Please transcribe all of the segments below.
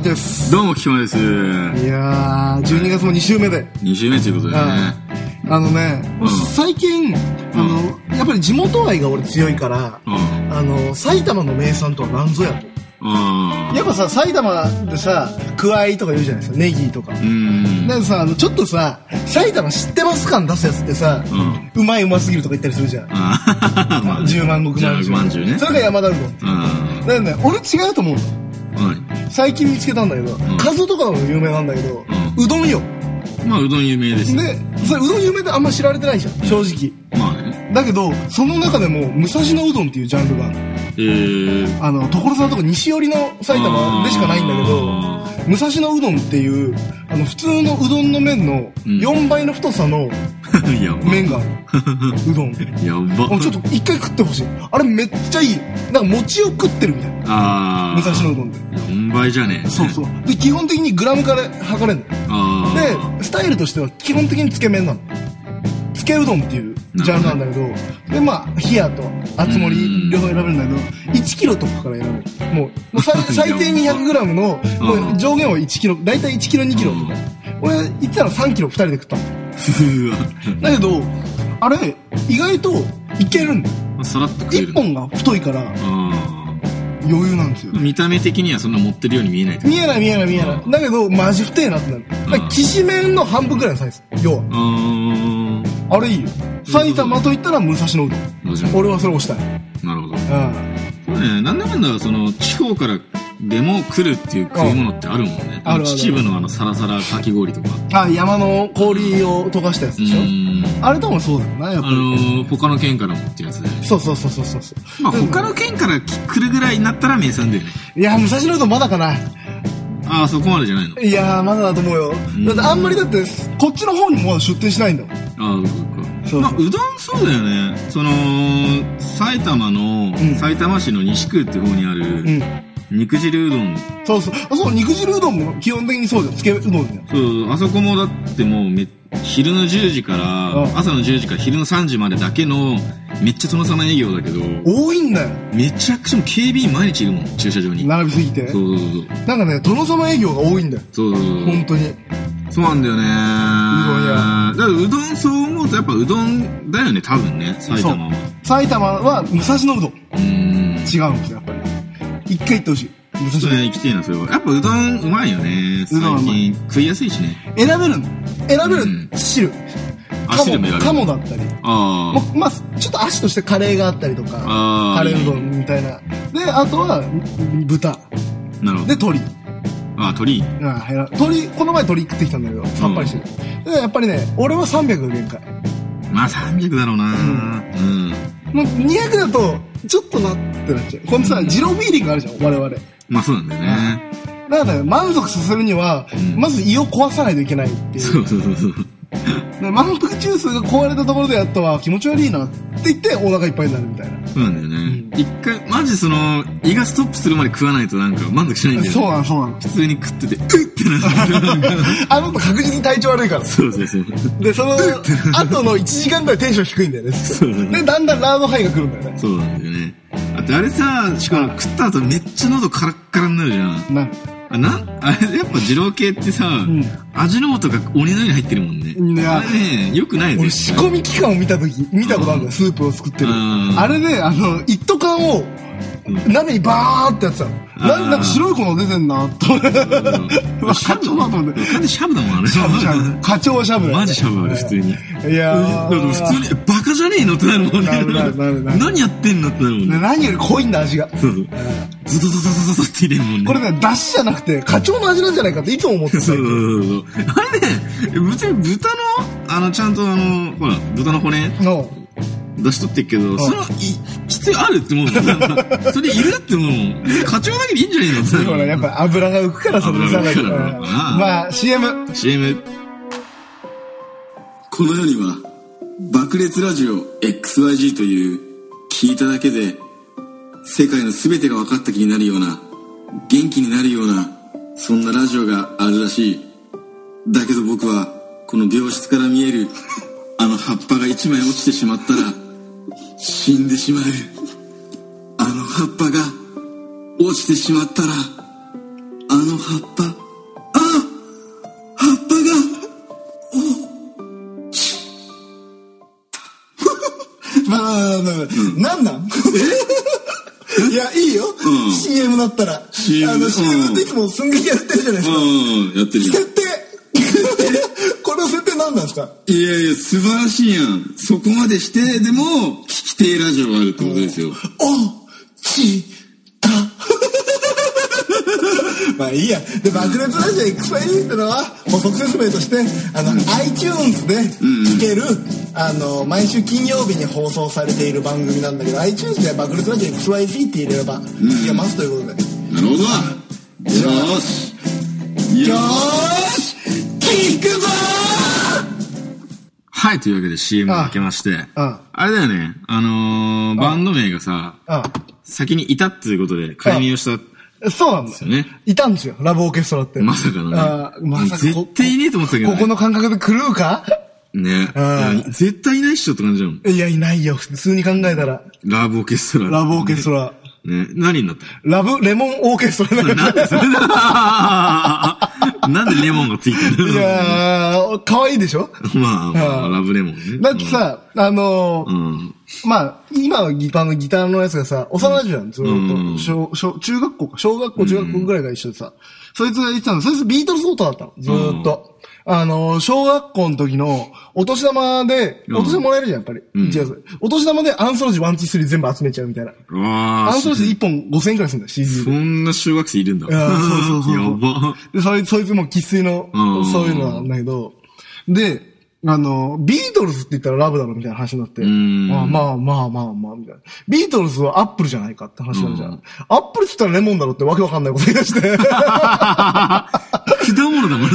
ですどうも、菊間です。いやー12月も2週目で2週目ということでね。あのね、うん最近あのやっぱり地元愛が俺強いからうん。うん。あの埼玉の名産とは何ぞやとやっぱさ埼玉でさくわいとか言うじゃないですかネギとかうん。なんかさあのちょっとさ埼玉知ってます感出すやつってさ、うん。うまいうますぎるとか言ったりするじゃん、あ 10万石まんじゅう10万石ねそ。れが山田うどんってうだん。からね俺違うと思うのはい。最近見つけたんだけど、んカツオとかも有名なんだけど、ううどんよまあ、うどん有名です。でそれうどん有名であんま知られてないじゃん正直まあね。だけどその中でも武蔵野うどんっていうジャンルがあるのえー。あの所沢とか西寄りの埼玉でしかないんだけどあ武蔵野うどんっていうあの普通のうどんの麺のうん4倍の太さのー やば。麺がある、うどんやば。あちょっと一回食ってほしいあれめっちゃいいなんか餅を食ってるみたいなあ武あ。蔵野うどんで4倍じゃねえ。そうそうで基本的にグラムから測れるのああ。でスタイルとしては基本的につけ麺なのつけうどんっていうジャンルなんだけどでまあ冷やと厚盛うりん両方選べるんだけど1キロとかから選べるもうもう 最最低 200g のもう上限は1キロ大体1キロ2キロとか俺行ったら3キロ2人で食ったのうだわけどあれ意外といけるんだよ まあさらっと食え1る。本が太いからあ余裕なんですよー。見た目的にはそんな持ってるように見えないけど。見えない見えない見えないだけどマジ太えなってなるだからきしめんの半分くらいのサイズ要はあーあれいいよ。埼玉と言ったら武蔵野うどん。どうしよ俺はそれをしたい。う。なるほど。うん。そうね、なんだかんだその地方からでも来るっていう食い物ってあるもんね。ああるある秩父のあのサラサラかき氷とか。あ、山の氷を溶かしたやつうでしょ、ん。あれともそうだよな、やっぱあり。のー、他の県からもってやつで。そうそうそうそうそうそう。まあでも他の県からき来るぐらいになったら名産だよね。いや、武蔵野うどんまだかな。ああ、そこまでじゃないの。いやー、まだだと思うよ。んだってあんまりだって、こっちの方にもまだ出店しないんだもん。ああ、そっかそうそうまあ、うどんそうだよね。その、埼玉の、ん埼玉市の西区って方にある、うん。肉汁うどん。そうそう。あ、そう、肉汁うどんも基本的にそうじゃん。つけうどんじゃん。そう、あそこもだってもうめ、昼の10時から、うん朝の10時から昼の3時までだけの、めっちゃ殿様営業だけど、多いんだよ。めちゃくちゃもう警備員毎日いるもん、駐車場に。並びすぎて。そうそうそう。なんかね、殿様営業が多いんだよ。そうそうそう本当に。そうなんだよね。ん屋だからうどんそう思うとやっぱうどんだよね、多分ね、埼玉は。埼玉は武蔵野うどん。うーん。ち違うんですよ、やっぱり。一回行ってほしい。武ょっと蔵野ね、行きてえな、それは。やっぱうどんうまいよね。う最どんうまい近、食いやすいしね。選べるの選べる、うん汁あカ汁もモ選べるカモだったりあもうまあちょっと足としてカレーがあったりとかあ。ああ。カレーうどんみたいなであとはん豚なるほでど。鶏ああ、鳥。ああはい鶏この前鶏食ってきたんだけどさっぱりしてる、でやっぱりね俺は300が限界まあ300だろうな。うん。もう200だとちょっとなってなっちゃうこのさ二郎フィーリングあるじゃん我々まあそうなんだよね。だからね満足させるには、うんまず胃を壊さないといけないっていうそうそうそうそう。で満腹中枢が壊れたところでやったわ気持ち悪いなって言ってお腹いっぱいになるみたいなそうなんだよね。一回、マジその、胃がストップするまで食わないとなんか満足しないんだよね。そうなの、そうなの。普通に食ってて、うってなる。 あの子確実に体調悪いから。そうそうそう。で、その、後の1時間ぐらいテンション低いんだよね。そうだねで、だんだんラードハイが来るんだよね。そうなんだよね。あとあれさ、しかも食った後めっちゃ喉カラッカラになるじゃん。なあ、なん、あれ、やっぱ二郎系ってさ、ん味の素が鬼のように入ってるもんね。いやあれね、よくない俺、です仕込み期間を見たとき、見たことあるんだよ、スープを作ってる。うんあれね、あの、一斗缶を、鍋にバーってやってたの。なうんなんか白い粉出てんな、と。 シャ課ブ長だと思って。完全にシャブだもん、あれ。シャブシャブ。課長はシャブだよねマジシャブあれ、普通に。いやだからー。普通に、バカじゃねえのってなるもんなるなるなるなるね。何やってんのってなるもんでね。何より濃いんだ、味が。そうそう。ズドズドズドズって入れるもんね。これね、出汁じゃなくて、課長の味なんじゃないかっていつも思ってたそう。そうそうそう。あれね、別に豚の、あの、ちゃんとあの、ほら、豚の骨の、出しとってっけど、その、い、必要あるって思うもん。それいるって思うもん。課長だけでいいんじゃねえでものね、やっぱ油が浮くから、その油が浮くがからなまあ、CM。 CM。この世には爆裂ラジオ XYG という聞いただけで世界の全てが分かった気になるような元気になるようなそんなラジオがあるらしいだけど僕はこの病室から見えるあの葉っぱが一枚落ちてしまったら死んでしまうあの葉っぱが落ちてしまったらああの葉っぱ。あ葉っぱが、まあまあまあまあ、なんなんいや、いいよ。うん CM だったら。 CM あの、CM っていつも寸劇やってるじゃないですか。うん、やってるじゃん。設定この設定何なんですかいやいや、素晴らしいやん。そこまでして、でも、聞き手ラジオがあるってことですよ。おちた まあいいや。で、爆裂ラジオ XYZ ってのは、補足説明として、あの、iTunes で聴ける、あの、毎週金曜日に放送されている番組なんだけど、iTunes で爆裂ラジオ XYZ って入れれば、聞けますということで。なるほど。よーし。よよーーしし聞くぞはい、というわけで CM ああ開けまして。ああれだよね、あのー、バンド名がさ、あ先にいたっていうことで解明をした。そうなんですよねいたんですよ、ラブオーケストラって。まさかのねあーまさかこ絶対いねえと思ってたけどねここの感覚で狂うかね。いや絶対いないっしょって感じだもん。いや、いないよ。普通に考えたら。ラブオーケストラ。ラブオーケストラ。ね、何になったラブレモンオーケストラだ なんでそれだなんでレモンがついてるのいやー、可愛いでしょ まあ、まあ、うんラブレモンね。だってさ、あのーうん、うん。まあ、今のギターのギターのやつがさ、幼馴染なんですよ、うんずっと小小中学校か、小学校、中学校ぐらいが一緒でさ、そいつが言ってたの、そいつビートルズオートだったの、ずーっと。あのー、小学校の時の、お年玉で、んお年玉もらえるじゃん、やっぱり。違うお年玉でアンソロジー1、2、3全部集めちゃうみたいな。うわアンソロージー1本5000円くらいするんだよ、CD そで。んな小学生いるんだ。いやそうそうそうそう やば。で、そいそいつも喫水のうん、そういうのなんだけど、で、あの、ビートルズって言ったらラブだろみたいな話になって、んまあまあまあまあまあ、みたいな。ビートルズはアップルじゃないかって話になるじゃん。アップルって言ったらレモンだろってわけわかんないこと言い出 して。果物だもんね。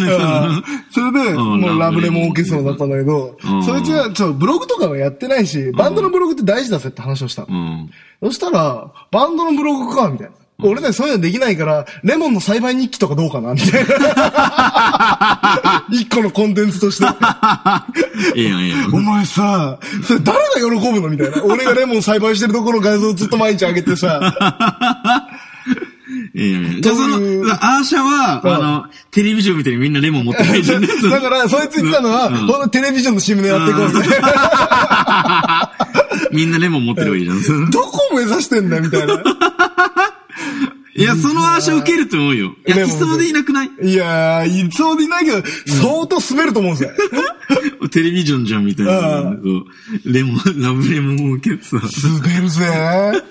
それで、うんもうラブレモンオーケストラだったんだけどうん、そいつが、ちょ、ブログとかはやってないし、バンドのブログって大事だぜって話をしたの。うん。そしたら、バンドのブログか、みたいな。俺ね、そういうのできないから、レモンの栽培日記とかどうかな、み たいな。一個のコンテンツとして。ええやん、ええやん。 お前さ、それ誰が喜ぶのみたいな。俺がレモン栽培してるところの画像ずっと毎日上げてさ。ええやんええやん。じゃあそどういうの、アーシャは、あの、テレビジョンみたいにみんなレモン持ってないじゃんね。だから、そいつ言ったのは、うんこのテレビジョンのシムネやっていこうみたいな。 みんなレモン持ってればいいじゃん。そのどこを目指してんだみたいな。いや、そのアーシャ受けると思うよ。いや、レいモンそうでいなくないいやー、いつもでいないけど、相当滑ると思うんですよ。テレビジョンじゃんみたいな。うこうレモン、ラブレモンオーケストラ。滑るぜ。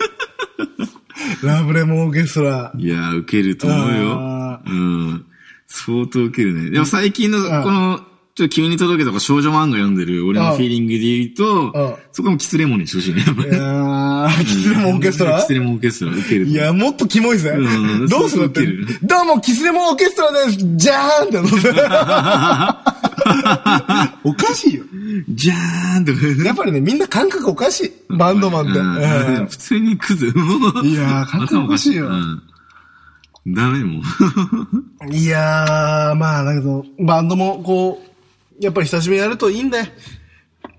ラブレモンオーケストラ。いやー、受けると思うよあ。うん。相当受けるね。でも最近の、んこの、ちょっと君に届けとか少女漫画読んでる俺のフィーリングで言ううんうとん、そこもキスレモンにしてほしいね。やっぱいりやー、キスレモンオーケストラキスレモンオーケストラ受ける。いや、もっとキモいぜうん。どうするだってそうそう受け。どうも、キスレモンオーケストラです。じゃーんってなって。 おかしいよ。じゃーんとか言うね。やっぱりね、みんな感覚おかしい。バンドマンってうんうん普。通にクズ。いやーかっこよくしいよ頭おかうんダメもう。いやー、まあ、だけど、バンドも、こう、やっぱり久しぶりにやるといいんだよ。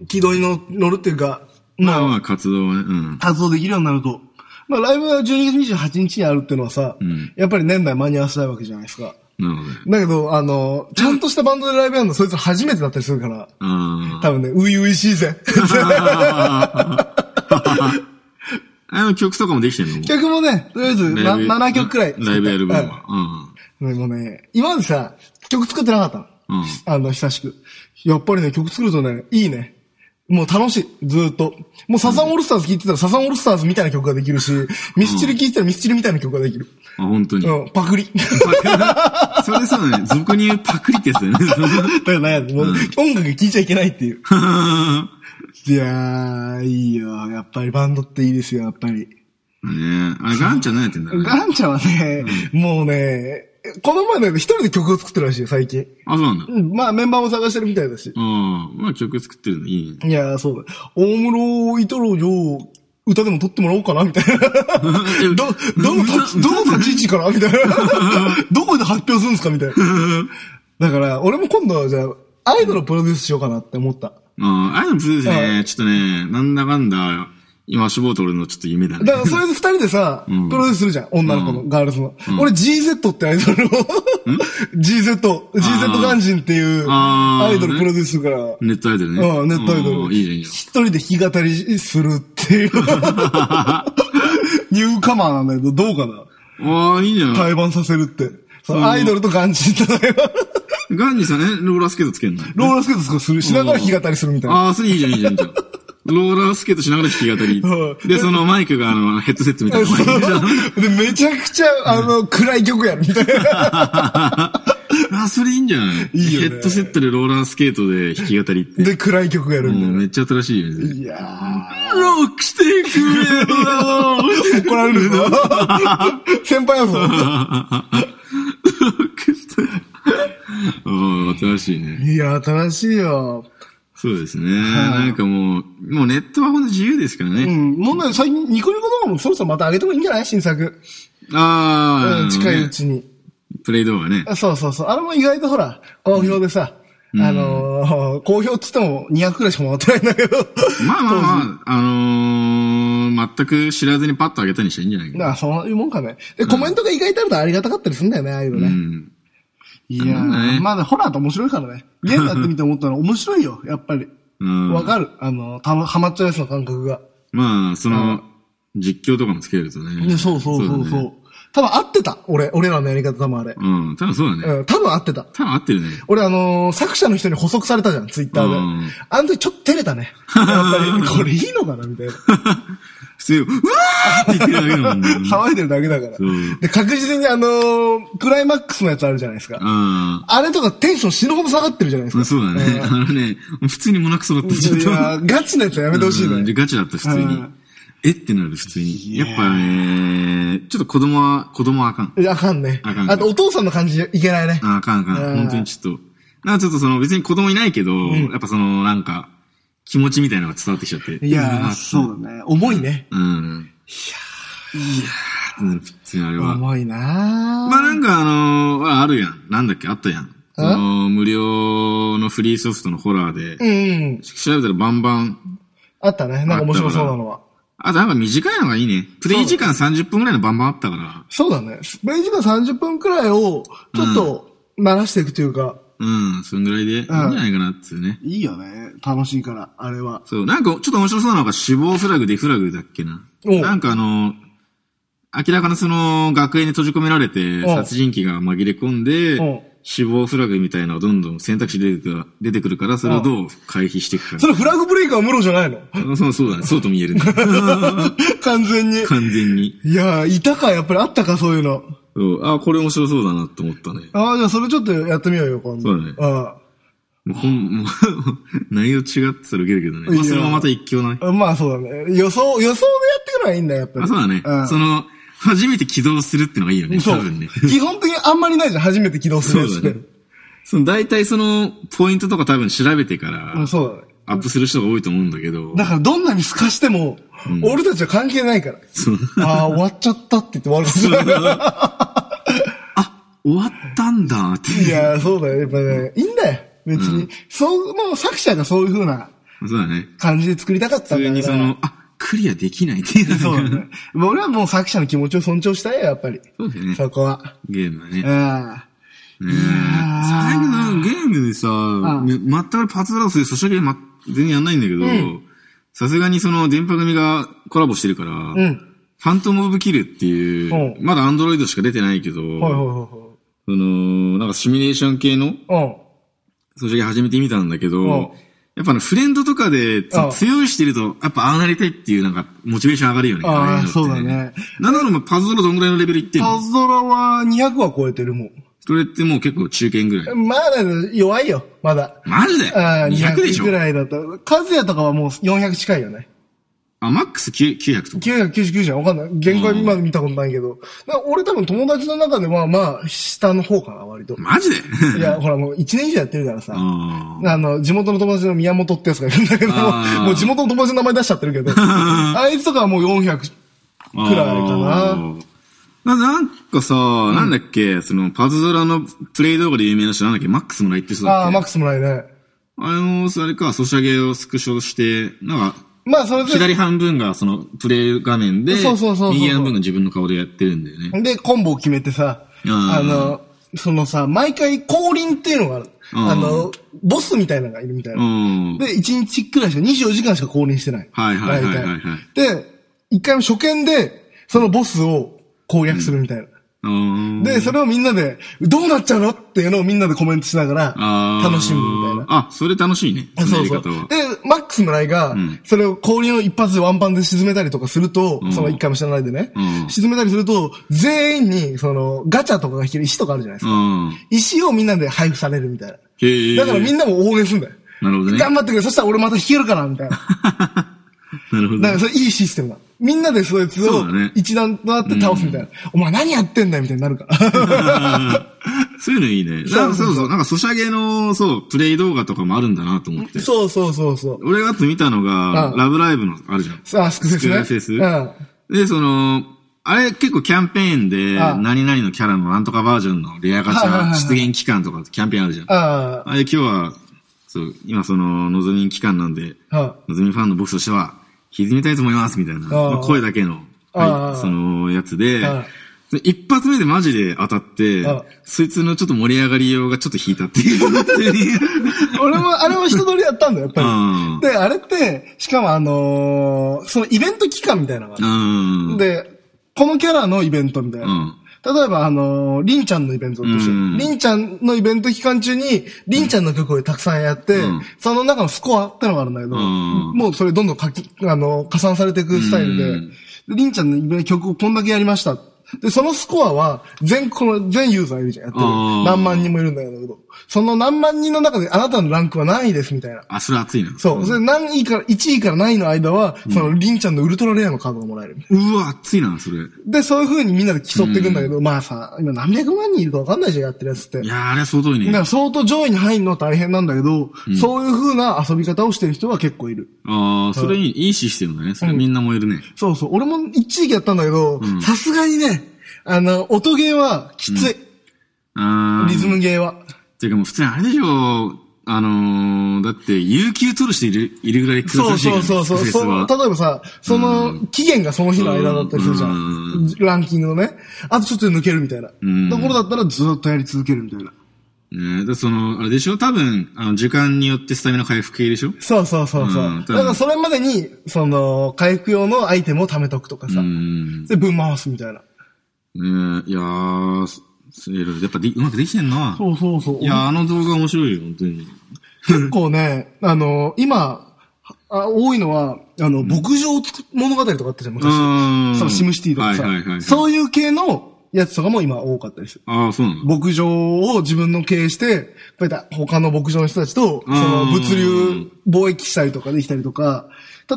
軌道にの乗るっていうか、まあまあ、まあ活動はね、うん。活動できるようになると。まあ、ライブは12月28日にあるっていうのはさ、やっぱり年内間に合わせないわけじゃないですか。なるほどね。だけど、あの、ちゃんとしたバンドでライブやるの、そいつ初めてだったりするから、あ多分ね、ういういしい ぜ。ーあの曲とかもできてるのもう曲もね、とりあえず、なライブ7曲くらい。ライブやる分は。うん。でもね、今までさ、曲作ってなかったの。うんあの、久しく。やっぱりね、曲作るとね、いいね。もう楽しい。ずーっと。もうサザンオールスターズ聴いてたらサザンオールスターズみたいな曲ができるし、ミスチル聴いてたらミスチルみたいな曲ができる。うん。あ、本当に。うん、パクリ。パクそれそうだね。俗に言うパクリってやつだよね。だからなんやもう音楽聴いちゃいけない っていう。いやー、いいよ。やっぱりバンドっていいですよ、やっぱり。ねえ。あれ、ガンちゃん何やってんだろうね。ガンちゃんはね、もうね、この前の一人で曲を作ってるらしいよ、最近。あ、そうなんだ。うんまあメンバーも探してるみたいだし。うん。まあ曲作ってるのいいね。いやー、そうだ。大室伊太郎よ、歌でも撮ってもらおうかなみたい な。ど、どの立ち、どの立ち位置からみたいな。 どこで発表するんですかみたいな。だから、俺も今度はじゃあ、アイドルをプロデュースしようかなって思った。うん。ああいうのプロデュースはね、ちょっとね、なんだかんだ、今、志望取るのちょっと夢だねだ。から、それで二人でさ、プロデュースするじゃん。女の子の、ガールズの。俺、GZ ってアイドルを、GZ、GZ ガンジンっていうあアーイドルプロデュースするから、ネットアイドルね。うん、ネットアイドうんル。いいじゃん、いいじ一人で弾き語りするって いう。ニューカマーなんだけど、どうかなゃん。ああ、いいじゃん。対バンさせるって。そのアイドルとガンジンと対バンガンジーさんね、ローラースケートつけんの。ローラースケートとかするしながら弾き語りするみたいな。ああ、それいいじゃん、いいじゃん、いいじゃん。ローラースケートしながら弾き語うり。で、そのマイクが、あの、ヘッドセットみたいなマイクじゃ ん。で、めちゃくちゃ、あの、暗い曲やるみたいな。あ、それいいんじゃないいいよねヘッドセットでローラースケートで弾き語りって。で、暗い曲やるみたいなもうめっちゃ新しいよね。いやロックしてくれよー、怒られるぞ。 先輩やぞ。ロックして。ああ、新しいね。いやー、新しいよ。そうですね。なんかもう、もうネットはほんと自由ですからうね。ん、問題、最近、ニコニコ動画もそろそろまた上げてもいいんじゃない新作。あうあ、ん、近いうねちに。プレイ動画ね。あそうそうそう。あれも意外とほら、好評でさ、あのー、好評っつっても200くらいしかもらってないんだけど。まあまあまあ、あのー、全く知らずにパッと上げたりしていいんじゃないかな。なあ、そういうもんかね。で、コメントが意外とあるとありがたかったりするんだよね、ああいうのね。うん。いやー、まだホラーって面白いからね。ゲームやってみて思ったの面白いよ、やっぱり。うんわかる。あの、たま、ハマっちゃうやつの感覚が。まあ、その、実況とかもつけるとね。ね、そうそうそうだそねう。多分合ってた。俺、俺らのやり方多分あれ。うん、多分そうだね。うん、多分合ってた。多分合ってるね。俺あのー作者の人に補足されたじゃん、ツイッターでうん。あの時ちょっと照れたね。やっぱ り、これいいのかなみたいな。普通、うわーって言ってるだけだ もんね。騒いでるだけだからん。で、確実にあのークライマックスのやつあるじゃないですか。ああれとかテンション死ぬほど下がってるじゃないですあ、か。そうだね。あのね、普通にモナクソだった。ちょっいと。やーガチなやつはやめてほしいうんね。ガチだった、普通うにん。えってなる、普通に。やっぱね、ちょっと子供は、子供はあかん。いやあかんねあかん。ねあと、お父さんの感じいけないね。ああかんあか。うんん本当にちょっと。なんかちょっとその別に子供いないけど、やっぱそのなんか、気持ちみたいなのが伝わってきちゃって。いやあー、そうだね。重いね。うん。いやー、いやー、普通にあれは。重いなーまあなんかあのーほらあるやん。なんだっけ、あったやん。その無料のフリーソフトのホラーで、うん。調べたらバンバン、あったね。なんか面白そうなのは。あとなんか短いのがいいね。プレイ時間30分ぐらいのバンバンあったから。そうだね。プレイ時間30分くらいを、ちょっと、鳴らしていくというか、うん、そんぐらいでいいんじゃないかなっていうね。いいよね。楽しいから、あれは。そう、なんかちょっと面白そうなのが死亡フラグ、デフラグだっけな。おうなんかあのー明らかなその学園に閉じ込められて、おう殺人鬼が紛れ込んおうで、死亡フラグみたいなのがどんどん選択肢出てくる出てくるから、それをどう回避していくか。それフラグブレイクはムロじゃ ないのあそう、そうだね。そうとも言え るね。完全に。 完全に。いやー、いたか、やっぱりあったか、そういうの。そうあ、これ面白そうだなって思ったね。ああ、じゃあそれちょっとやってみようよ、今度。そうだねあもうほん、もう 内容違ってたらウケるけどね。まあ、それもまた一興なね。あまあそうだね。予想、予想でやっていくのはいいんだよ、やっぱり。あ、そうだね。んその、初めて起動するってのがいいよね。そ多う分ね。。基本的にあんまりないじゃん、初めて起動するやつそっうてだね。その、大体その、ポイントとか多分調べてからうん、そうだね。アップする人が多いと思うんだけど。だからどんなに透かしても、俺たちは関係ない から。そうああ、終わっちゃったって言って終わるかもしれない。終わったんだって。いやー、そうだよ。やっぱね、いいんだよ。別に。そう、もう作者がそういう風なそうだね。感じで作りたかったん普だ通から。にその、あ、クリアできないっていう。そうだね。俺はもう作者の気持ちを尊重したいよ、やっぱり。そうだよね。そこは。ゲームはね。うん。ねえ。最後のゲームでさ、ね全くパズドラスでソシャゲま全然やんないんだけど、さすがにその電波組がコラボしてるから、うん。ファントム・オブ・キルっていうう、まだアンドロイドしか出てないけど、はいはいはその、なんかシミュレーション系のいはい。うん。ソシャゲ始めてみたんだけど、んやっぱね、フレンドとかでそうんの強いしてると、やっぱああなりたいっていうなんか、モチベーション上がるよね。あああいのってそうだね。なんだろう、まあパズドラどんぐらいのレベルいってんパのズドラは200は超えてるもん。それってもう結構中堅ぐらい。まだ弱いよ、まだ。マジでああ ?200 でしょぐらいだと。カズヤとかはもう400近いよね。あ、マックス9 900とか。 999じゃん。わかんない。限界まで見たことないけど。だから俺多分友達の中では、まあ、下の方かな、割と。マジでいや、ほらもう1年以上やってるからさ。ああの、地元の友達の宮本ってやつがいるんだけどもあー、もう地元の友達の名前出しちゃってるけど、あいつとかはもう400、ーあー。くらいかなな。なんかさ、なんだっけ、その、パズドラのプレイ動画で有名な人なんだっけ、マックスもらいって人だっけああ、マックスもないね。あの、それか、ソシャゲをスクショして、なんか、まあ、それで、左半分がそのプレイ画面で、そうそうそうそう右半分が自分の顔でやってるんだよね。で、コンボを決めてさ、うんあの、そのさ、毎回降臨っていうのがある。うんあの、ボスみたいなのがいるみたいうな。ん。で、1日くらいしか、24時間しか降臨してない。はいはいはいはいはい大体で、1回も初見で、そのボスを攻略するみたいな。うんで、それをみんなで、どうなっちゃうのっていうのをみんなでコメントしながあら、ー楽しむみたいな。あ、それ楽しいね。そのそやうりそ方う。では。、マックス村井がん、それを氷の一発でワンパンで沈めたりとかすると、その一回も知らないでね、うん沈めたりすると、全員に、その、ガチャとかが引ける石とかあるじゃないですうか。ん。石をみんなで配布されるみたいな。へーだからみんなも応援するんだよ。なるほどね。頑張ってくれ、そしたら俺また引けるから、みたいな。だなるほどかねら。それいいシステムだ。みんなでそいつそうをだね一段となって倒すみたいな。お前何やってんだよ、みたいになるから。 そういうのいいね。そそうそううそうそうそう。なんかソシャゲの、そう、プレイ動画とかもあるんだなと思って。そうそうそうそう。俺があと見たのがう、んラブライブのあるじゃん。さあ、スクセスね。スクセスうん。で、その、あれ結構キャンペーンで、ああ何々のキャラのなんとかバージョンのレアガチはいはいはいャはい出現期間とかキャンペーンあるじゃん。ああれ今日は、そう、今その、のぞみん期間なんで、あ、はのぞみんファンの僕としては、歪みたいと思います、みたいな。ああまあ声だけの、ああはいその、やつでああ、で一発目でマジで当たってああ、そいつのちょっと盛り上がりようがちょっと引いたって いう。本当にい俺も、あれも人通りだったんだよ、やっぱり。うんで、あれって、しかもあのーそのイベント期間みたいなのがあうる、ん。で、このキャラのイベントみたいな。うん例えば、あのー、りんちゃんのイベントとして、うんりんちゃんのイベント期間中に、りんちゃんの曲をたくさんやって、うんその中のスコアってのがあるんだけど、んもうそれどんどん書き、あのー、加算されていくスタイルで、うんでりんちゃんの曲をこんだけやりました。で、そのスコアは、全、この全ユーザーいるじゃん、やってるうん。何万人もいるんだけど、その何万人の中であなたのランクは何位です、みたいな。あ、それ熱いな。そう。それ何位から、1位から何位の間は、その、りんちゃんのウルトラレアのカードがもらえるみたいな。うわ、熱いな、それ。いで、そういう風にみんなで競っていくんだけど、まあさ、今何百万人いるか分かんないじゃん、やってるやつって。やー、あれは相当いいね。だから相当上位に入るのは大変なんだけど、そういう風な遊び方をしてる人は結構いる。ああ、それいい、いいシステムだね。それみんな燃えるね。そうそう。俺も一時期やったんだけど、さすがにね、あの、音ゲーはきつい。ああ。リズムゲーは。ていうかもう普通にあれでしょ、あのー、だって、有給取る人いる、いるぐらいそ苦うしいかそらうそうそう。スクセスそのは例えばさ、その、期限がその日の間だったりするじゃうんん。ランキングのね。あとちょっとで抜けるみたいな。んところだったらずっとやり続けるみたいな。ねで、その、あれでしょ多分、あの、時間によってスタミナ回復系でしょそうそうそうそう。うんだからそれまでに、その、回復用のアイテムを貯めとくとかさ。うん。ねで、分回すみたいな。いやー、すすやっぱで、うまくできてんな。そうそうそう。いやー、あの動画面白いよ、本当に。結構ね、あの、今、あ多いのは、あの、牧場をつく物語とかあったじゃん、う昔。ーん。そのシムシティとかさ、はいはいはい。う。そういう系のやつとかも今多かったりする。ああ、そうなんだ。牧場を自分の経営して、こうやって他の牧場の人たちと、そんの物流貿易したりとかできたりとか、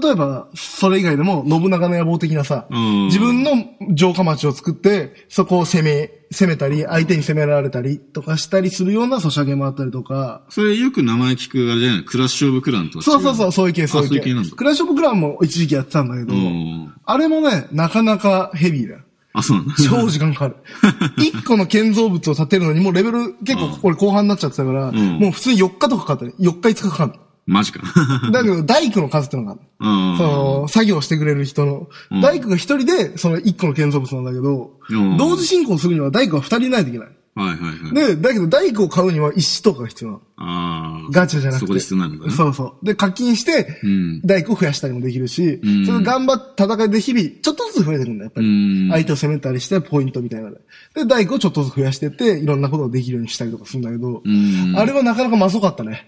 例えば、それ以外でも信長の野望的なさ、うん自分の城下町を作って、そこを攻め、攻めたり、相手に攻められたりとかしたりするようなソシャゲもあったりとか、それよく名前聞く、あれじゃないクラッシュオブクランとは違そうそうそう、そういう系、あそういうそういう系系なん。だクラッシュオブクランも一時期やってたんだけどう、ん。あれもね、なかなかヘビーだよ。あ、そうなんだ。超時間かか る。一個の建造物を建てるのに、もうレベル結構これ後半になっちゃってたから、んもう普通に4日とかかかったね。4日5日かかる。マジか。だけど、大工の数ってのがある。うん。その、作業してくれる人の。大工が一人で、その一個の建造物なんだけどうん、同時進行するには大工は二人いないといけない。はいはいはで、い。だけど大工を買うには石とかが必要なの。ああ。ガチャじゃなくて。そこで必要なんだね。そうそう。で、課金してん、大工を増やしたりもできるし、んそれで頑張って戦いで日々、ちょっとずつ増えてくんだ、やっぱり。うん相手を攻めたりして、ポイントみたいなので。で、大工をちょっとずつ増やしてって、いろんなことができるようにしたりとかするんだけど、んあれはなかなかまずかったね。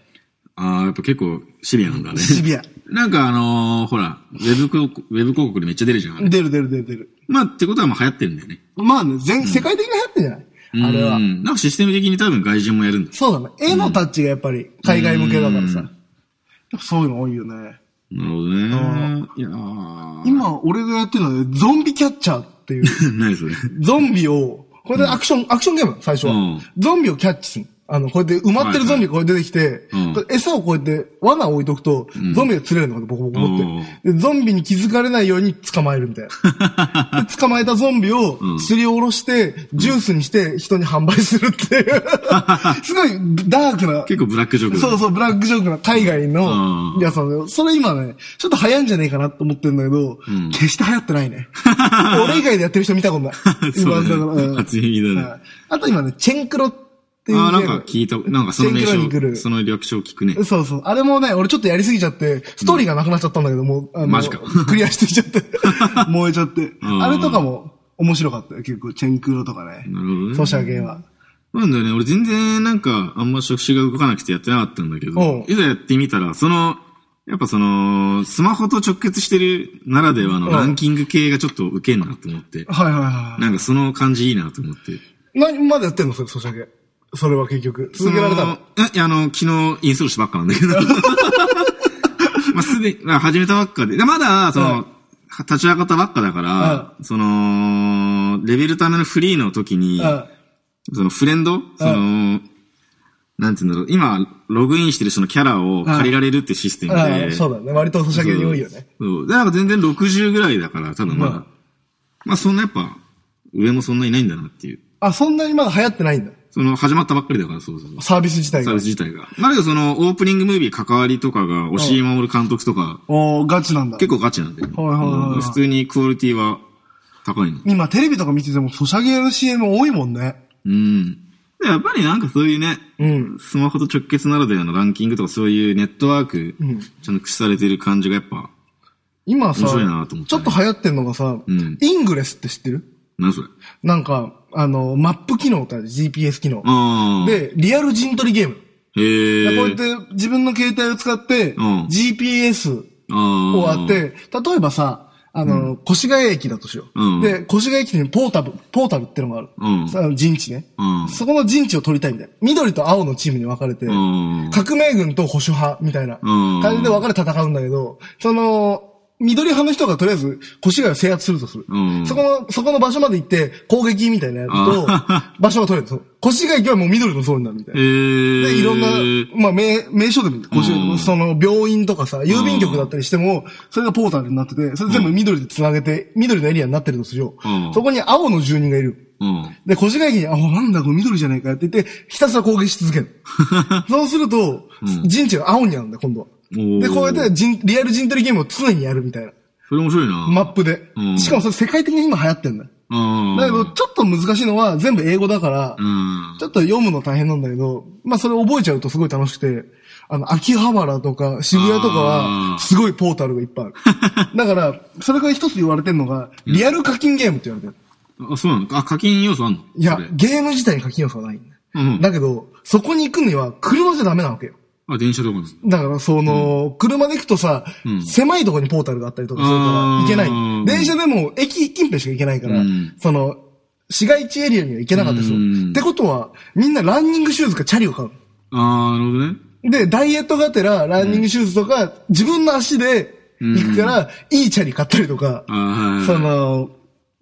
ああ、やっぱ結構シビアなん だね。シビア。なんかあのー、ほら、ウェブ広告、ウェブ広告でめ っちゃ出るじゃん。あれ出る出る出る出る。まあ、ってことはまあ流行ってるんだよね。まあね、全、世界的に流行ってんじゃないあれうは。ん。なんかシステム的に多分外人もやるんだ。そうだね。絵のタッチがやっぱり、海外向けだからさ。やっぱそういうの多いよね。なるほどね。いやー。 今、俺がやってるのは、ゾンビキャッチャーっていう。何それ。ゾンビを、これでアクション、アクションゲーム、最初は。うんゾンビをキャッチする。あの、こうやって埋まってるゾンビがこう出てきて、うんこれ餌をこうやって罠を置いとくと、ゾンビが釣れるのかとボコボコ持って。で、ゾンビに気づかれないように捕まえるみたい な。で捕まえたゾンビをすりおろして、ジュースにして人に販売するって いう。すごいダークな。結構ブラックジョークだねそうそう、ブラックジョークな海外のうん。やつなんだよ。それ今ね、ちょっと流行んじゃねえかなと思ってるんだけど、決して流行ってないね。俺以外でやってる人見たことない そうだね今ん初耳だねはいあと今ね、チェンクロっていうゲーあム。あ、なんか聞いた、なんかその名チェンクロに来称、るその略称聞くね。そうそう。あれもね、俺ちょっとやりすぎちゃって、ストーリーがなくなっちゃったんだけど、もう、あのマジかクリアしてきち ゃって、燃えちゃって。んあれとかも面白かったよ、結構。チェンクロとかね。なるほどね。ソシャゲは。なんだよね、俺全然なんか、あんま触手が動かなくてやってなかったんだけおうど、いざやってみたら、その、やっぱその、スマホと直結してるならではのんランキング系がちょっとウケんなと思って、はいはいはなんかその感じいいなと思って。い。何、まだやってんのそれ、ソシャゲ。それは結局。続けられたのそのえ、いやあの、昨日インストールしたばっかな んだけど。まあ、すでに、まあ、始めたばっかで。でまだ、その、はい立ち上がったばっかだから、はその、レベルためのフリーの時に、あそのフレンド、その、なんて言うんだろう、今、ログインしてる人のキャラを借りられるってシステムあで。そうだね。割とソシャゲ多いよね。そう。で、なんか全然60ぐらいだから、ただまあ、うんまあそんなやっぱ、上もそんないないんだなっていう。あ、そんなにまだ流行ってないんだ。その、始まったばっかりだから、そうそう。サービス自体サがービ。ス自体が。なるけどその、オープニングムービー関わりとかが、押井守監督とか、おー、ガチなんだ。結構ガチなんで。はいはいはいはいうん普通にクオリティは高いの。今テレビとか見ててもソシャゲの CM 多いもんね。うん。でやっぱりなんかそういうね、うん。スマホと直結ならではのランキングとかそういうネットワーク、ちゃんと駆使されてる感じがやっぱ、今さ、面白いなと思っちたょねっと流行ってんのがさ、んイングレスって知ってるなんそれ。なんか、あの、マップ機能ってある GPS 機能。ああ。、で、リアル陣取りゲーム。へえ。こうやって自分の携帯を使ってうん、 GPS ああ。をあって、、例えばさ、あの、越谷駅だとしよう。うんで、越谷駅にポータブ、ポータブってのがある。うんさあの陣地ね、うんそこの陣地を取りたいみたいな。緑と青のチームに分かれて、ん革命軍と保守派みたいなうん感じで分かれて戦うんだけど、その、緑派の人がとりあえず越谷を制圧するとする。うんそこの、そこの場所まで行って攻撃みたいなやるとあ、場所が取れる。そう越谷駅はもう緑のゾーンになるみたいな。へえ。で、いろんな、まあ、名、名所でもいいんだよ、うんその、病院とかさ、郵便局だったりしても、それがポータルになってて、それ全部緑で繋げて、緑のエリアになってるとするよう。んそこに青の住人がいる。うん。で、腰が駅に、あ、なんだ、これ緑じゃないかって言って、ひたすら攻撃し続け る。そうすると、陣地が青になるんだ、今度は。おーで、こうやって陣、リアル陣取りゲームを常にやるみたいな。それ面白いな。マップでう。んしかもそれ世界的に今流行ってんだよ。うん。だけど、ちょっと難しいのは、全部英語だからう、ん。ちょっと読むの大変なんだけど、まあそれ覚えちゃうとすごい楽しくて、あの、秋葉原とか渋谷とかあは、ーすごいポータルがいっぱいあ る。だから、それから一つ言われてるのが、リアル課金ゲームって言われてる。あ、そうなのあ、課金要素あんのいやそれ、ゲーム自体に課金要素はない。うんだけど、そこに行くには車じゃダメなわけよ。あ、電車とかです。だから、その、車で行くとさ、狭いとこにポータルがあったりとかするから、あー行けなうんい。電車でも駅近辺しか行けないから、うんその、市街地エリアには行けなかったですよ。うんってことは、みんなランニングシューズかチャリを買う。ああ、なるほどね。で、ダイエットがてら、ランニングシューズとか、自分の足で行くから、いいチャリ買ったりとか、ああ。その、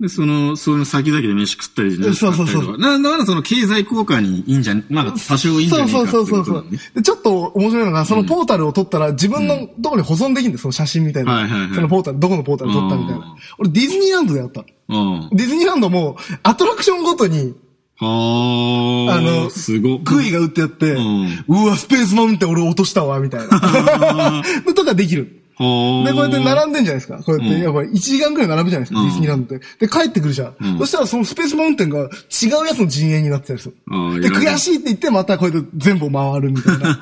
で、その、そういうの先々で飯食ったりねそうそうそう買ったりとかな、だからその経済効果にいいんじゃん、なんか多少いいんじゃそなういかそっうてそうそこうそとうだね。で、ちょっと面白いのが、そのポータルを撮ったら自分のところに保存できるんだよ、その写真みたいな。はいはいはいそのポータル、どこのポータル撮ったみたいうんな。俺ディズニーランドでやったの。うん。ディズニーランドも、アトラクションごとに、はあ。あのすごっ。クイが打ってやって、うんうわ、スペースマウンテン俺落としたわ、みたい な。 とかできる。はあ。で、こうやって並んでんじゃないですか。こうやって、やっぱり1時間くらい並ぶじゃないですか、うんディズニーランドって。で、帰ってくるじゃん。そしたらそのスペースマウンテンが違うやつの陣営になってたりするあー。で、いろいろ悔しいって言って、またこうやって全部回るみたい な。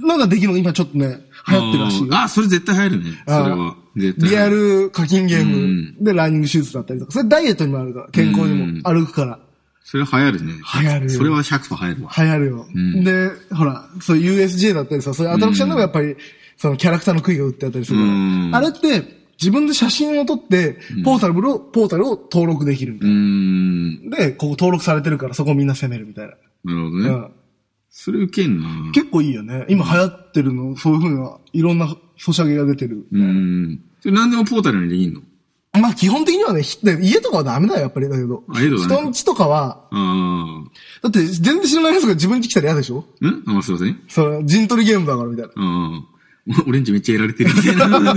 のができるの今ちょっとね、流行ってるらしいよ。ああ、それ絶対入るね。それは。絶対。リア。ル課金ゲームでランニング手術だったりとか、それダイエットにもあるから、健康にも歩くから。それ流行るね。流行るよそれは100%流行るわ。流行るよ。で、ほら、そういう USJ だったりさ、そういうアトラクションでもやっぱり、そのキャラクターの杭が打ってあったりするから、うんあれって、自分で写真を撮って、ポータルを、ポータルを登録できるみたういーん。な。で、ここ登録されてるからそこみんな攻めるみたいな。なるほどうね。ん、それ受けんな。結構いいよね。今流行ってるの、そういうふうな、いろんなソシャゲが出てる。うーん。それ何でもポータルにできんのまあ基本的にはね、ひ家とかはダメだよ、やっぱり。だけど。あ家とかね人ん家とかは、あだって全然知らない奴が自分家来たら嫌でしょあ。んあ、すいません。その、陣取りゲームだからみたいな。ああ。 オレンジめっちゃやられてるみたいな。 めっ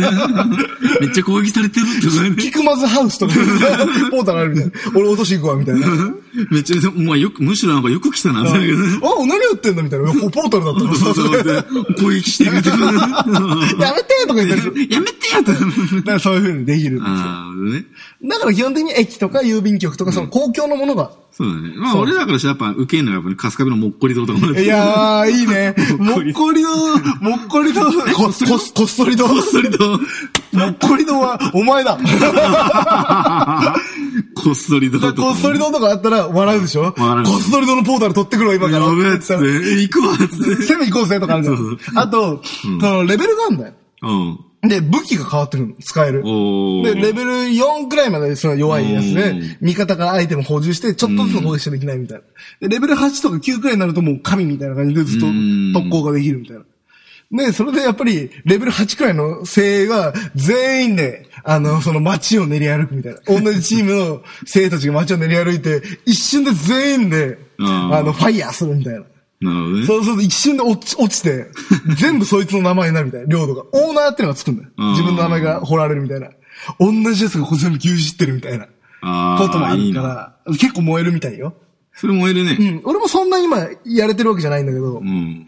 ちゃ攻撃されてるとかね。 キクマズハウスとか、ポータルあるみたいな。俺落とし行くわ、み たいな。めっちゃ、お前よく、むしろなんかよく来たな、みたいな。あ、何やってんだみたいな。いやポータルだったの。そうそうで攻撃してくれてくる。 やめてとか言ってる。 やめてよと。だからそういう風にできる。ああ、ね。だから基本的に駅とか郵便局とか、その公共のものが。そうだね。まあ、俺らからしたらやっぱ、受けんのがやっぱね、カスカベのもっ こり堂とかもらっていやー、いいね。ももっっこりの、もっこりの、こ、ここっそりの、こっそり堂。もっこりのは、お前だ。 こっそり堂とか。こっそりのとかあったら笑うでしょこ笑うっそりののポータル取ってくるわ、今かやら。べえっつって。え行くわっつって。攻め行こうぜとかあるじゃそんう。あと、その、レベルがあるんだよ。うん。で、武器が変わってるの、使える。おー。で、レベル4くらいまでその弱いやつうでん、味方からアイテム補充して、ちょっとずつ補充しかできないみたいな。で、レベル8とか9くらいになるともう神みたいな感じでずっとうん特攻ができるみたいな。で、それでやっぱり、レベル8くらいの精鋭が、全員で、あの、その街を練り歩くみたいな。同じチームの精鋭たちが街を練り歩いて、一瞬で全員で、うんあの、ファイヤーするみたいな。なるほどね。そうそう、一瞬で落ち落ち て、全部そいつの名前になるみたいな、領土が。オーナーってのがつくんだよ。うん自分の名前が掘られるみたいな。同じやつがこう全部牛耳ってるみたいな。あーこともあいるいかな。ら、結構燃えるみたいよ。それ燃えるうね。ん。俺もそんな今、やれてるわけじゃないんだけど。うん。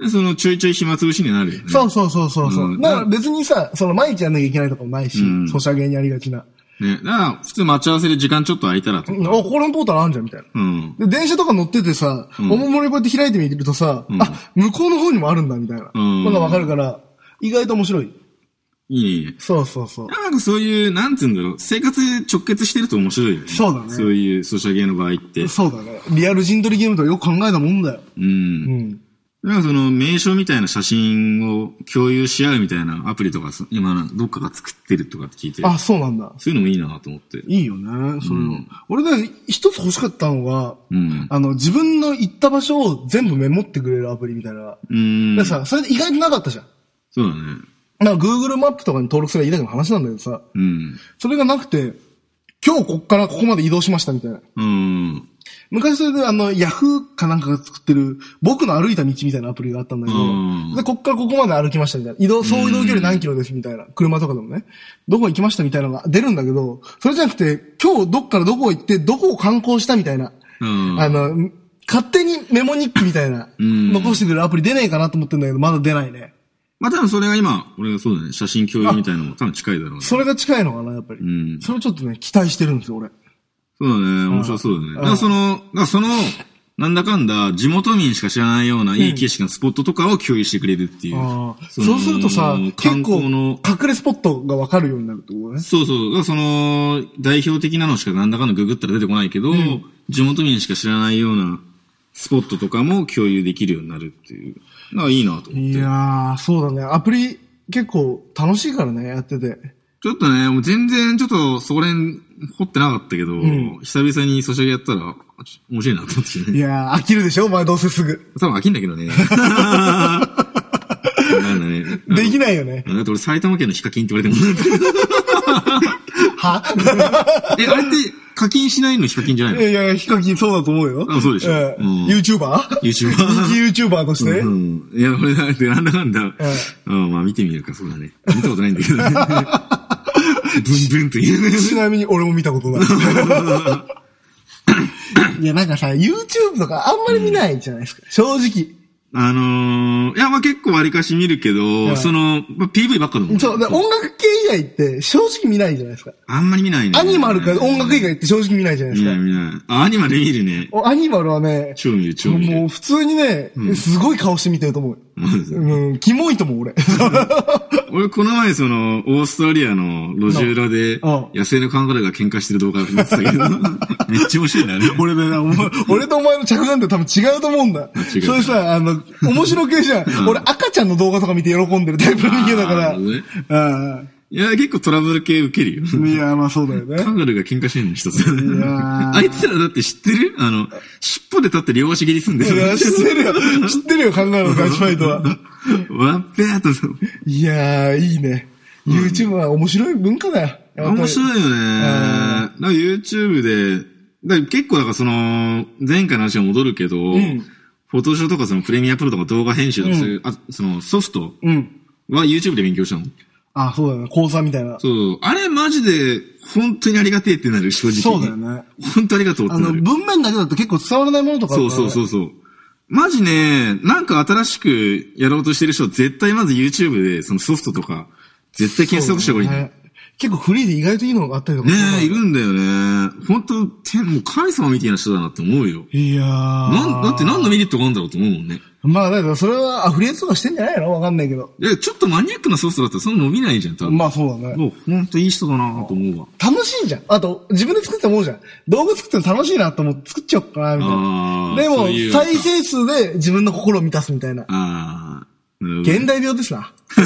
で、その、ちょいちょい暇つぶしになるよね。そうそうそうそうそう。うんだから別にさ、その毎日やんなきゃいけないとかもないし、んソシャゲにやりがちな。ね。だから、普通待ち合わせで時間ちょっと空いたらとう。んあ、ここのポータルあんじゃんみたいな。うん。で、電車とか乗っててさ、おもむろにこうやって開いてみるとさ、あ、向こうの方にもあるんだみたいな。うんのがわかるから、意外と面白い。いいね。そうそうそう。なんかそういう、なんつうんだろう、生活直結してると面白いよね。そうだねそういうソシャゲの場合って。そうだね。リアル陣取りゲームとかよく考えたもんだよ。う。うんん。なんかその名称みたいな写真を共有し合うみたいなアプリとかさ、今なんかどっかが作ってるとかって聞いて。あ、そうなんだ。そういうのもいいなと思って。いいよね。それ、俺ね、一つ欲しかったのが、うんあの、自分の行った場所を全部メモってくれるアプリみたいな。うーん。でさ、それ意外となかったじゃん。そうだね。なんか Google マップとかに登録すればいいだけの話なんだけどさ、うん。それがなくて、今日こっからここまで移動しましたみたいな。うん。昔それであの、ヤフーかなんかが作ってる、僕の歩いた道みたいなアプリがあったんだけうんど、で、こっからここまで歩きましたみたいな。移動、総移動距離何キロですみたいな。車とかでもね。どこ行きましたみたいなのが出るんだけど、それじゃなくて、今日どっからどこ行って、どこを観光したみたいな。うんあの、勝手にメモ日記みたいな、ん残してくれるアプリ出ないかなと思ってんだけど、まだ出ないね。まあ多分それが今、俺がそうだね、写真共有みたいなのも多分近いだろうね。それが近いのかな、やっぱり。んそれちょっとね、期待してるんですよ、俺。そうだね。面白そうだね。だからその、だからその、なんだかんだ、地元民しか知らないようないい景色のスポットとかを共有してくれるっていう。ああのそうするとさ、観結構、光の、隠れスポットがわかるようになるってことね。そうそう。だからその、代表的なのしかなんだかんだググったら出てこないけど、地元民しか知らないようなスポットとかも共有できるようになるっていう。なんかいいなと思っいて。やー、そうだね。アプリ結構楽しいからね、やってて。ちょっとね、もう全然ちょっとそこら辺掘ってなかったけど、久々にソシャゲやったら、あちょ面白いなと思ってきていね。やー、飽きるでしょお前どうせすぐ。多分飽きんだけどね。なんだね。できないよね。だって俺埼玉県のヒカキンって言われてもなんかえ、あれって課金しないのヒカキンじゃない いのやいや、ヒカキンそうだと思うよ。あそうでしょんうん YouTuber? ?YouTuber。人気 YouTuber として。うん。いや、俺だってなんだかんだ。うん、まあ見てみるか、そうだね。見たことないんだけどね。ブンブンと言うね。ちなみに俺も見たことない。いや、なんかさ、YouTube とかあんまり見ないじゃないですか。正直。あのー、いや、まあ結構割かし見るけんど、その、まあ PV ばっかだもん。そう、だから音楽系以外って正直見ないじゃないですか。あんまり見ないね。アニマルか音楽以外って正直見ないじゃないで見すかない。見ない。あ、アニマル見るね。おアニマルはね、超見る、超見る。もう普通にね、すごい顔して見てると思う。うん、キモいと思う、俺。俺、この前、その、オーストラリアの路地裏うでん、野生のカンガルーが喧嘩してる動画を見てたけど、めっちゃ面白いな、あれ。 俺ね、お前、 俺とお前の着眼点多分違うと思うんだ。違うそれさ、あの、面白系じゃん。俺赤ちゃんの動画とか見て喜んでるタイプの人間だから。あーなるあいや、結構トラブル系受けるよ。あ。いや、まあそうだよね カ。ンガルーが喧嘩してるの一つ。やーあいつらだって知ってるあの、尻尾で立って両足切りすんでいや、る。知ってるよ。知ってるよ、考え のガチファイトは。わっべーと。いやー、いいね。YouTube は面白い文化だよ。やっぱ面り白いよね。なんか YouTube で、だから結構だからその、前回の話に戻るけど、んフォトショーとかそのプレミアプロとか動画編集とかそういう、あそのソフトうん。は YouTube で勉強したの。あ、そうだね。講座みたいな。そう。あれマジで、本当にありがてえってなる、正直に。そうだよね。本当ありがとうってあなの、る。文面だけだと結構伝わらないものとかあるそうからそうそうそう。マジね、なんか新しくやろうとしてる人は絶対まず YouTube でそのソフトとか、絶対検索した方がいいね。ね結構フリーで意外といいのがあったりとかねするからえ、いるんだよね。本当天、もう神様みたいな人だなって思うよ。いやー。なん、だって何のメリットがあるんだろうと思うもんね。まあ、だからそれはアフリエイトとかしてんじゃないのわかんないけど。いや、ちょっとマニアックなソフトだったらそんな伸びないじゃん、多分。まあそうだね。もう、ほんといい人だなと思うわ。楽しいじゃん。あと、自分で作って思うじゃん。動画作っての楽しいなと思って作っちゃおうかな、みたいあーな。でそういうも、のか再生数で自分の心を満たすみたいな。ああ、なるほど。現代病ですな。そ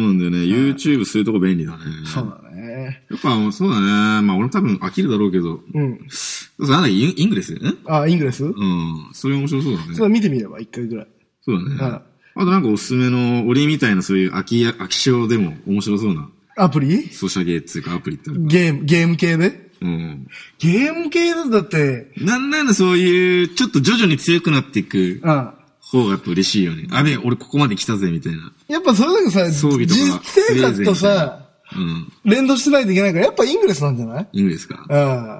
うなんだよね。YouTube そういうとこ便利だね。そうだね。やっぱ、そうだね。まあ俺も多分飽きるだろうけど。うん。そうなんだっけインイングレスんあ、イングレスうん。それ面白そうだね。それ見てみれば、一回ぐらい。そうだね。はいあとなんかおすすめの、俺みたいなそういう飽きや、飽き性でも面白そうな、アプリソシャゲっていうかアプリってあるかゲーム、ゲーム系でうん。ゲーム系だとだって、なんならそういう、ちょっと徐々に強くなっていくうん。方がやっぱ嬉しいよね。あべえ、俺ここまで来たぜ、みたいな。やっぱそれだけさ、装備とか実生活とさ、うん。連動してないといけないから、やっぱイングレスなんじゃないイングレスか。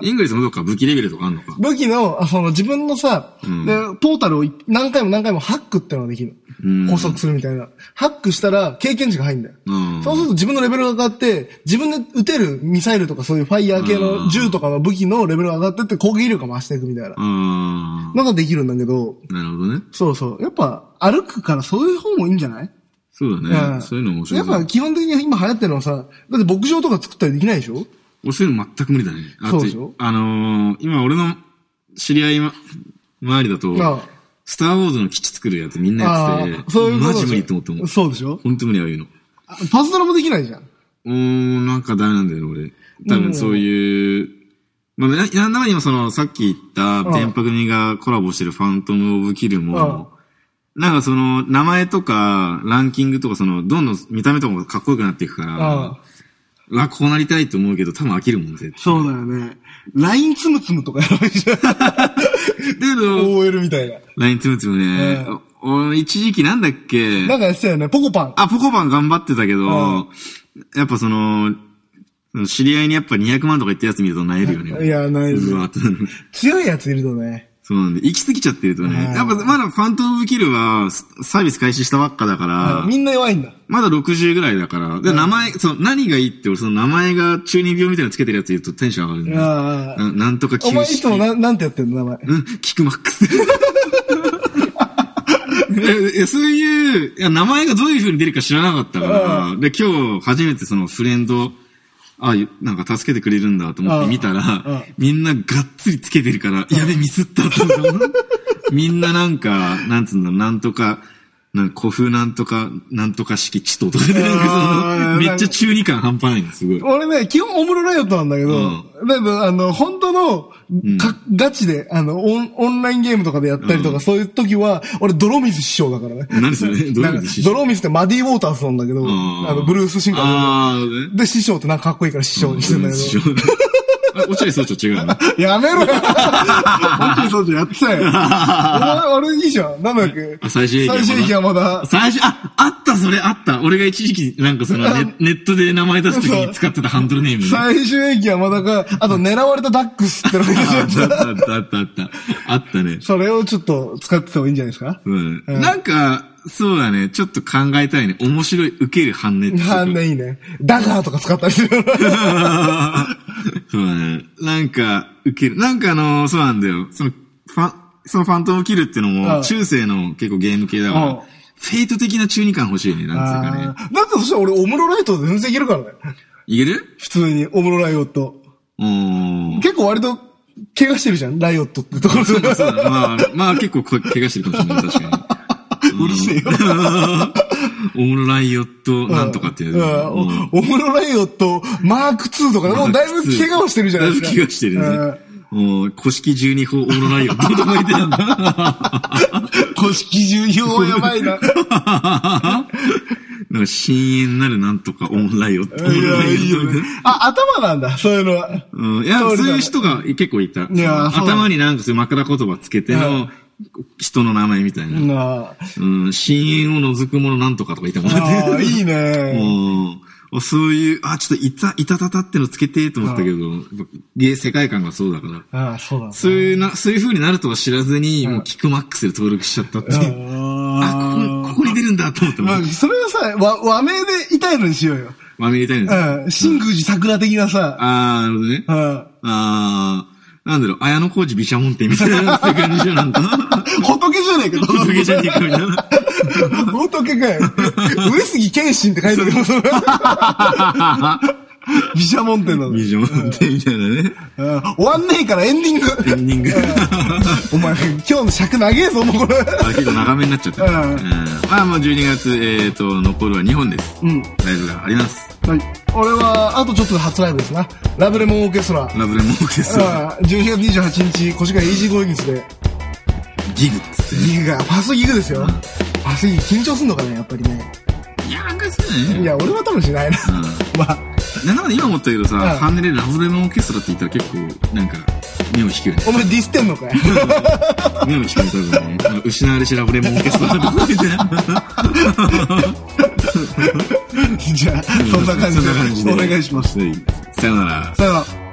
うん。イングレスもどっか武器レベルとかあんのか。武器の、あその自分のさ、で、ポータルをい何回も何回もハックってのができるうん。拘束するみたいな。ハックしたら経験値が入るんだよ。うんそうすると自分のレベルが上がって、自分で撃てるミサイルとかそういうファイヤー系うんの銃とかの武器のレベルが上がってって攻撃力が増していくみたいなう。ん。のができるんだけど、なるほどね。そうそう。やっぱ歩くからそういう方もいいんじゃないそうだね。そういうの面白いやね。っぱ基本的に今流行ってるのはさ、だって牧場とか作ったりできないでしょ俺そういうの全く無理だね。あそうでしょとあのー、今俺の知り合いま、周りだとああ、スターウォーズの基地作るやつみんなあやあってて、ー、そういうことマでしジょ無理って思っても。そうでしょ本当無理ああいうの。あパズドラもできないじゃん。うーん、なんかダメなんだよね、俺。多分そういう、まあ、な、なんだか今その、さっき言った、電波組がコラボしてるファントム・オブ・キルも、なんかその、名前とか、ランキングとか、その、どんどん見た目とかもかっこよくなっていくから、あうわ、こうなりたいと思うけど、多分飽きるもん、絶対。そうだよね。ラインつむつむとかやらないじゃん。だけど、 OL みたいな。ラインツムツムね、う俺、一時期なんだっけ、なんかやってたよね。ポコパン。あ、ポコパン頑張ってたけど、やっぱその、知り合いにやっぱ200万とか言ったやつ見ると萎えるよね。いや萎えるうわ ってなる強いやついるとね。そうなんで、行き過ぎちゃってるとね。うんやっぱまだファントム・オブ・キルはスサービス開始したばっかだから、みんな弱いんだ。まだ60ぐらいだから、で、名前、その何がいいって俺その名前が中二病みたいなのつけてるやつ言うとテンション上がるんだよああななんとかお九前い式つもな、なんてやってんの名前。うん、キックマックス。 ええそういう、いや、名前がどういう風に出るか知らなかったから、で、今日初めてそのフレンド、あ、ゆなんか助けてくれるんだと思って見たうんうらん、みんながっつりつけてるから、やべ、ミスったと思ってみんななんか、なんつうんだろう、なんとか、なんか古風なんとか、なんとか式地ととかで、なんかそあーの、めっちゃ中二感半端ないの、すごい。俺ね、基本オムロライオットなんだけど、うだけど、あの、本当の、か、ガチで、あの、オン、オンラインゲームとかでやったりとか、そういう時は、俺、泥水師匠だからね。何それ泥水師匠なんか泥水ってマディ・ウォーターズなんだけど、あの、ブルース・シンガーのあーなるほどね。で、師匠ってなんかかっこいいから師匠にしてんだけど。あ落合総長違うのや めろよ本当にそうじゃんやってたよ。お前、あれいいじゃん。なんだっけあ最終駅は最まだ終駅はまだ。 最初、あ、あった、それ、あった。俺が一時期、なんかそのネ、ネットで名前出すときに使ってたハンドルネーム。あっ最終駅はまだか、あと狙われたダックスってのがいいた、あじゃんった、あった、あった。あったね。それをちょっと使ってた方がいいんじゃないですかうん。なんか、そうだね。ちょっと考えたいね。面白い、受ける反応っていうかあんないいね。ダガーとか使ったりする。 そうだね。なんか、受ける。なんかあのそうなんだよ。その、ファン、そのファントムキルってのうも、ん中世の結構ゲーム系だかうんら、フェイト的な中二感欲しいね。なんつうかあね。ーだってそしたら俺オムロライト全然いけるからね。いける普通にオムロライオット。うーん。結構割と怪我してるじゃん、ライオットってところで。そうだねまあ、まあ結構こ怪我してるかもしれない、確かに。うるせえよ。オムライオットなんとかってやつ。うんうんおオムロライオット、マーク2とか、もうだいぶ怪我をしてるじゃないですか。だいぶ怪我してるうねん。うん。古式12法オムライオットとか言ってたんだ。 古式重要はやばいな。ななんか深淵なるなんとかオンラインを、オンラインをみたいな。あ、頭なんだ、そういうのは。うん、いや、そうそうだねいう人が結構いた。いやそうだ頭になんかそういう枕言葉つけてうの人の名前みたいな。 なあうん、深淵を除くものなんとかとか言ってもらっあて。ー、いいね。うん。そういう、あ、ちょっといた、いたたたってのつけてと思ったけど、やっぱゲー世界観がそうだから。ああ、そうだね。そういうな、そういう風になるとは知らずに、もうキックマックスで登録しちゃったっていう。あ、ここ、ここに出るんだと思って、まあ、それはさ、わ、和名でいたいのにしようよ。まみれたいんですよ。うん。新宮寺桜的なさ。あー、なるほどね。うん。あー、なんだろう、綾小路毘沙門天みたいな世界の人なんだ。仏じゃねえか、おとげじゃねえかみたいな。仏かよ。上杉謙信って書いてあるけど、それ。 毘沙門天なの。うビんジョンってみたいなね。終わんねえからエンディング。エンデ ィング。お前、今日の尺長えぞ、もうこれ。あ結構長めになっちゃった。うんうんまあもう12月、えっと、残るは2本です。うん。ライブがあります。はい。俺は、あとちょっとで初ライブですな。ラブレモンオーケストラ。ラブレモンクです。うん。12月28日、腰がイージーゴーイングスで、ギグっつってね。ギグが、ファーストギグですよ。ファーストギグ緊張すんのかね、やっぱりね。いや、なんかそうだいね。や、俺は多分しないな。まあ、なんだかんだ今思ったけどさ、んハンネレラブレモンオーケストラって言ったら結構、なんか、目を引くよね。お前ディスってんのかよ。目を引くみたいなね。失われしラブレモンオーケストラとか言って じゃあ、そんな感じで。お願いします。はいさよなら。さよなら。